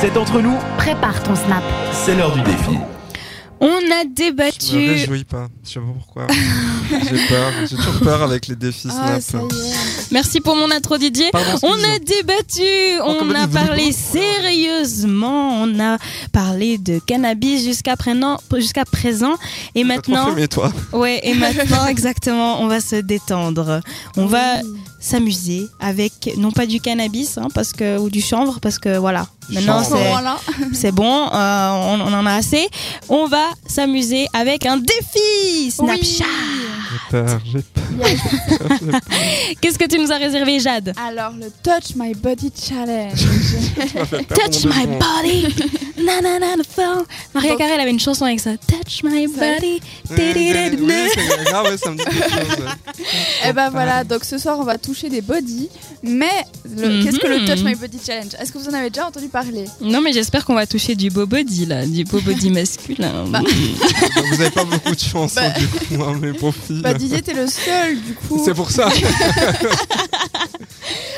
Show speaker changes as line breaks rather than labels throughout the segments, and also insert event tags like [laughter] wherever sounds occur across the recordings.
C'est entre nous,
Prépare ton snap.
c'est l'heure du défi.
On a
Je me
débattu.
réjouis pas. Je sais pas pourquoi. [laughs] j'ai peur. J'ai toujours peur avec les défis
Ah, ça
Snap.
y est.
Merci pour mon intro Didier.
Pardon,
On
excuse-moi.
a débattu,
comme
on
on
a
dit, vous
parlé
dites beaucoup, voilà.
sérieusement, on a parlé de cannabis jusqu'à présent, jusqu'à présent, et
T'as trop
maintenant,
fumé, toi.
ouais,
[laughs]
et maintenant exactement, on va se détendre, on va s'amuser avec non pas du cannabis, hein, parce que ou du chanvre, parce que voilà,
Du
maintenant
À ce
chanvre.
c'est
moment-là,
c'est bon, euh, on, on en a assez, on va s'amuser avec un défi Snapchat.
J'ai peur. J'ai peur.
yes.
Qu'est-ce que tu nous as réservé, Jade?
Alors, le Touch My Body [laughs] Challenge.
Tu m'as fait peur
Touch
pendant
my
deux secondes.
body. [laughs] na na na na phone. Maria Carey elle avait une chanson avec ça. Touch my
vrai
body.
Eh, Oui, c'est grave, ouais, ça me dit quelque chose.
Et ben voilà, donc ce soir on va toucher des bodies, mais le-
Mhm.
qu'est-ce que le Touch My Body Challenge Est-ce que vous en avez déjà entendu parler
Non mais j'espère qu'on va toucher du beau body là, du beau [laughs] body masculin.
Ah, Donc, Vous avez pas beaucoup de chance,
Bah.
hein, du coup, hein, mes pauvres filles.
Bah Didier t'es le seul du coup.
C'est pour
[laughs]
ça.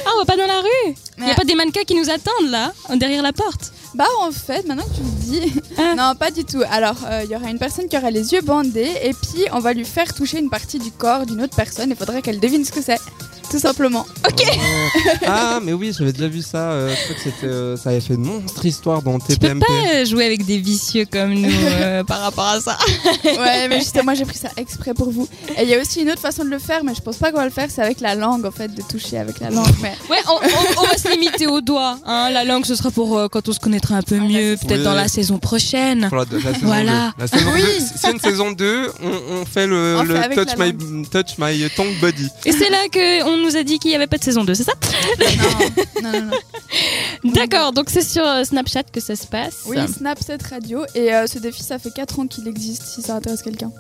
Ah on va pas dans la rue. Il y a
Mais-
pas des mannequins qui nous attendent là, derrière la porte.
Bah en fait, maintenant que tu me dis,
Ah.
non pas du tout. Alors euh, il y aura une personne qui aura les yeux bandés et puis on va lui faire toucher une partie du corps d'une autre personne. Il faudra qu'elle devine ce que c'est, tout simplement.
Ah, mais oui, j'avais déjà vu ça. euh, je crois que c'était, euh, ça avait fait une monstre histoire dans
Tu peux
TPMP.
pas euh, jouer avec des vicieux comme [laughs] nous euh, par rapport à ça.
Ouais, mais justement moi j'ai pris ça exprès pour vous. Et il y a aussi une autre façon de le faire, mais je pense pas qu'on va le faire. C'est avec la langue en fait, de toucher avec la langue. Mais
Ouais, on, on- on va se limiter aux doigts. Hein. La langue ce sera pour euh, quand on se connaîtra un peu mieux, peut-être
Oui.
dans la saison prochaine.
Pour la, la saison
Voilà.
2. La saison
Oui.
2, c'est c'est une saison 2, on, on fait le,
On
le
fait avec
touch,
la
my, touch My Tongue Body.
Et c'est là que on nous a dit qu'il y avait pas de saison 2, c'est ça
[laughs] non, non, non.
D'accord, donc c'est sur euh, Snapchat que ça se passe.
Oui, Snapchat Radio. Et euh, ce défi, ça fait 4 ans qu'il existe, si ça intéresse quelqu'un.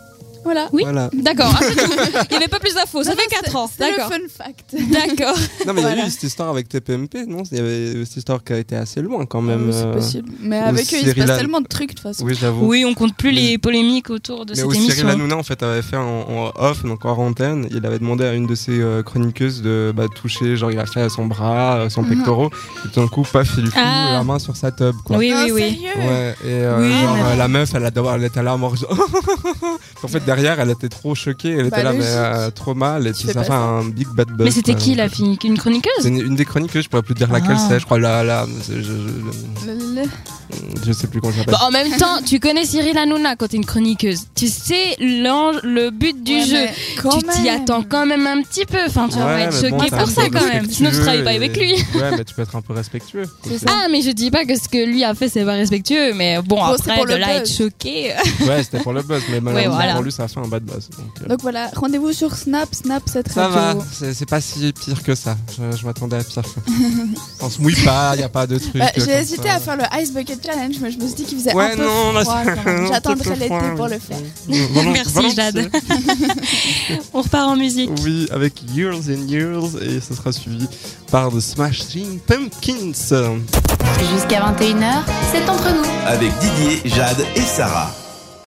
Voilà.
Oui.
Voilà.
D'accord,
[laughs]
ah, c'est tout. il n'y avait pas plus d'infos, ça
Non,
fait
non,
4 ans.
C'est le
D'accord.
fun fact.
D'accord.
Non, mais il y a
Voilà.
eu cette histoire avec TPMP, non Il y avait cette histoire qui a été assez loin
Ah
quand
Oui,
même.
Oh, c'est
euh,
possible. Mais
ou
avec eux, il se
Cyril
passe
Hanouna.
tellement de trucs, de toute façon.
Oui, j'avoue.
[laughs] Oui, on compte plus
Mais-
les polémiques autour de
Mais
cette
aussi Cyril
émission.
Hanouna en fait avait fait en, en off donc en antenne, il avait demandé à une de ses euh, chroniqueuses de bah, toucher, genre il a fait à son bras, euh, son
Mhm.
pectoraux, et tout d'un coup paf il lui fout
Ah.
la main sur sa tub quoi.
Oui,
Non,
oui, oui.
Ah, sérieux
Ouais, et euh,
Oui,
genre,
mais-
euh, la meuf, elle, a d'abord- elle était là en mode. [laughs] en fait, derrière, elle était trop choquée, elle était
Bah,
là, mais
logique.
euh, trop mal, et
Tu
puis
fais
ça
pas
fait
ça.
un big bad buzz.
Mais c'était
quoi.
qui la fille Une
Bah, C'est
chroniqueuse
une, une des chroniqueuses, je pourrais plus te dire laquelle
Ah.
c'est, je crois, là, là, je, je, je-
Le- le-
je sais plus comment je l'appelle.
Bah, En même temps, tu connais Cyril Hanouna quand t'es une chroniqueuse. Tu sais l'ange- le but du
Ouais,
jeu.
mais quand
tu t'y
même.
attends quand même un petit peu. Enfin, tu vas
Ouais,
être
mais bon,
choqué
t'as
pour
un
ça
peu
quand même.
respectueux
Sinon, je travaille pas
et-
avec lui.
[laughs] ouais, mais tu peux être un peu respectueux.
[laughs] C'est ça.
Ah, mais je dis pas que ce que lui a fait, c'est pas respectueux. Mais bon,
Bon, c'est
après,
pour
de
le
là,
buzz.
être choqué. [laughs]
Ouais, c'était pour le buzz, mais malheureusement
voilà.
pour lui, ça a fait un bad buzz. donc, euh,
Donc voilà, rendez-vous sur Snap, Snapchat
Ça va,
Radio.
c'est c'est pas si pire que ça. Je, je m'attendais à pire. On se mouille pas, y a pas de truc.
Bah,
euh,
J'ai
comme
hésité
ça.
à faire le Ice Bucket Challenge, mais je me suis dit qu'il faisait
Ouais,
un peu
non, là,
froid.
c'est-
quand même.
[laughs] un petit peu
J'attendrai
froid,
l'été pour
oui.
le faire.
Volont-
Merci,
volontiers.
Jade. On repart en musique.
euh, Oui, avec Years and Years, et ce sera suivi par The Smashing Pumpkins.
Jusqu'à 21h, c'est entre nous.
Avec Didier, Jade et Sarah.